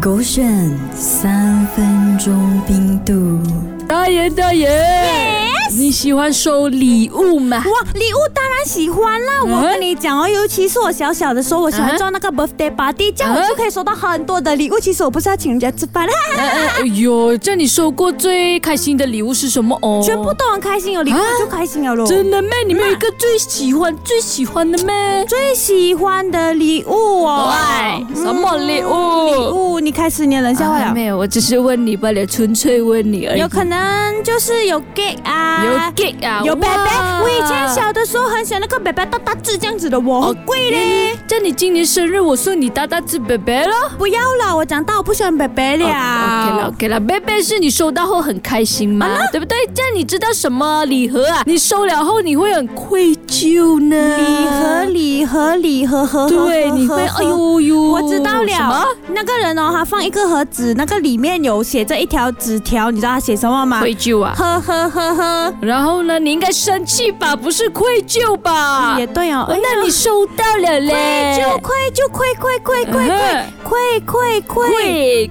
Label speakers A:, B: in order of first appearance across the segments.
A: 狗选三分钟冰度。
B: 大爷大爷你喜欢收礼 物吗？
C: 哇，礼物当然喜欢啦！我
B: 嗯
C: 跟你讲哦，尤其是我小小的时候，我
A: 嗯
C: 喜欢做那个 birthday party，这样我
B: 嗯
C: 就可以收到很多的礼物。其实我不是要请人家吃饭，哈
A: 哦
C: 哈
B: 哎哎哎呦，这样你收过最开心的礼物是什么哦？
C: 全部都很开心，有礼物
B: 啊
C: 我就开心了咯。
B: 真的咩？你们有一个最喜欢最喜欢的咩？
C: 最喜欢的礼物哦，
B: 哎，什么礼物？
C: 礼物你开始你的冷笑话
B: 啊
C: 了，
B: 没有，我只是问你罢了，纯粹问你而已。
C: 有可能就是有 gay 啊，
B: 有 gig 啊，
C: 有 b a
B: 哇
C: b 我以前小的时候很喜欢那个 b a b 大大字这样子的，我好贵
B: 哦
C: 嘞。
B: 在你今年生日，我送你大大只贝贝了。
C: 不要了，我长大我不喜欢 b a b 了。
B: 啊哦 OK 了，OK 了，贝贝是你收到后很开心吗？
C: 啊
B: 对不对？这样你知道什么礼盒啊？你收了后你会很愧疚呢。
C: 礼盒，礼盒，礼盒，盒盒，
B: 对，
C: 盒
B: 你会，
C: 盒
B: 哎呦呦，
C: 我知道
B: 什么
C: 了？，那个人哦，他放一个盒子，那个里面有写着一条纸条，你知道他写什么吗？
B: 愧疚啊。
C: 呵呵呵呵，
B: 然后呢，你应该生气吧，不是愧疚吧？
C: 也对哦。哎
B: 那你收到了嘞？
C: 就亏就亏亏亏亏
B: 嗯
C: 亏亏亏
B: 愧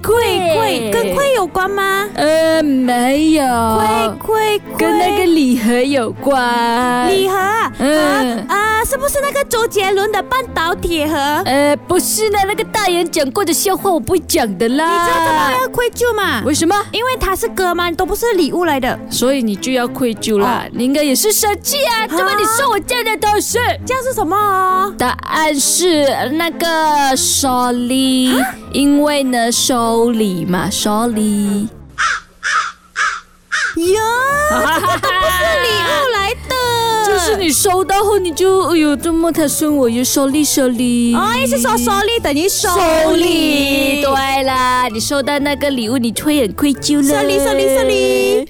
C: 亏亏，跟亏有关吗？
B: 呃，没有，
C: 亏亏
B: 哦跟那个
C: 亏，
B: 礼盒有关。
C: 礼盒啊
B: 嗯
C: 啊，是不是那个周杰伦的半导体盒？
B: 呃，不是的，那个大人讲过的笑话我不会讲的
C: 你知道怎么
B: 啦。
C: 要愧疚吗？
B: 为什么？
C: 因为他是歌嘛，都不是礼物来的。
B: 所以你就要愧疚
C: 啊
B: 啦，你应该也是生气啊，怎么你送我这样的东西？
C: 这样是什么哦？
B: 答案是那个 sorry，因为呢收礼嘛，sorry。
C: 呀，
B: 是
C: 礼物来的，
B: 就是你收到后你就哎呦，这么他送我又收礼收礼。
C: 哦，意思说收礼等于收礼，
B: 对啦，你收到那个礼物，你会很愧疚了。
C: 收礼收礼收礼。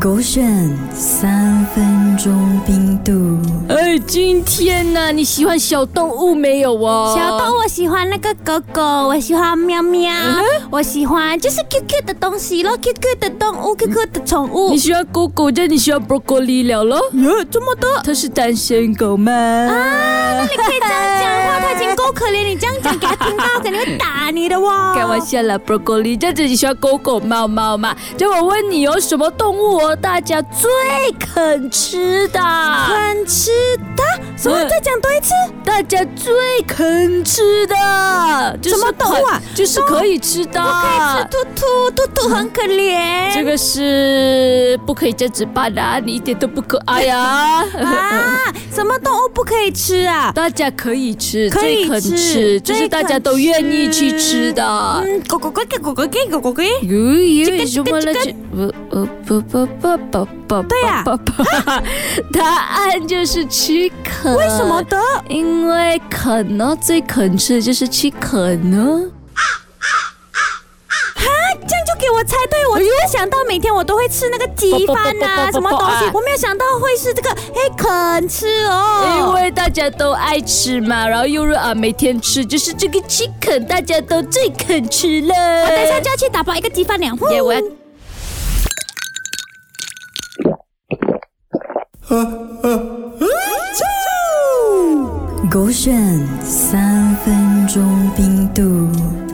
A: 狗选三分钟冰度。
B: 哎，今天呢、你喜欢小动物没有哦？
C: 小动物，我喜欢那个狗狗，我喜欢喵喵，
B: 嗯
C: 我喜欢就是 QQ 的东西咯，QQ 的动物，QQ 的宠物
B: 你。喜欢狗狗，但你喜欢 broccoli 了咯？
C: 耶，这么多，
B: 它是单身狗吗？啊，
C: 你可以这样讲的话，它已经够可怜，你这样讲给它听到，肯定会打你的 哇。
B: 开玩笑啦，broccoli，这只你喜欢狗狗、猫猫嘛？就我问你哦，什么动物哦，大家最肯吃的？
C: 很吃的，什么？
B: 嗯
C: 再讲多一次。
B: 大家最肯吃的，就是
C: 什么动物啊
B: 可就是可以吃的。
C: 我可以吃兔兔，兔兔很可怜。
B: 哦这个是不可以这样子办的啊、你一点都不可爱 呀、
C: 啊，什么动物不可以吃啊？
B: 大家可以吃，
C: 可以
B: 最肯
C: 吃
B: 吃，就
C: 最
B: 是大家都愿意去吃的。
C: 嗯，狗狗狗狗狗狗狗狗狗。
B: 哟哟，什么了
C: 这个？
B: 不呃不不不不不，
C: 对啊呀
B: 不不答案就是吃啃。
C: 为什么？的？
B: 因为啃呢，最肯吃的就是吃啃呢。
C: 这样就给我猜对，我没有想到每天我都会吃那个鸡饭呐、
B: 不
C: 什
B: 不不不不不
C: 么东西
B: 啊，
C: 我没有想到会是这个，哎，肯吃
B: 因
C: 哦。
B: 为大家都爱吃嘛，然后又热啊，每天吃，就是这个 chicken 大家都最肯吃了。我
C: 等一下就要去打包一个鸡饭了。
B: 耶，我要
A: 狗选三分钟冰度。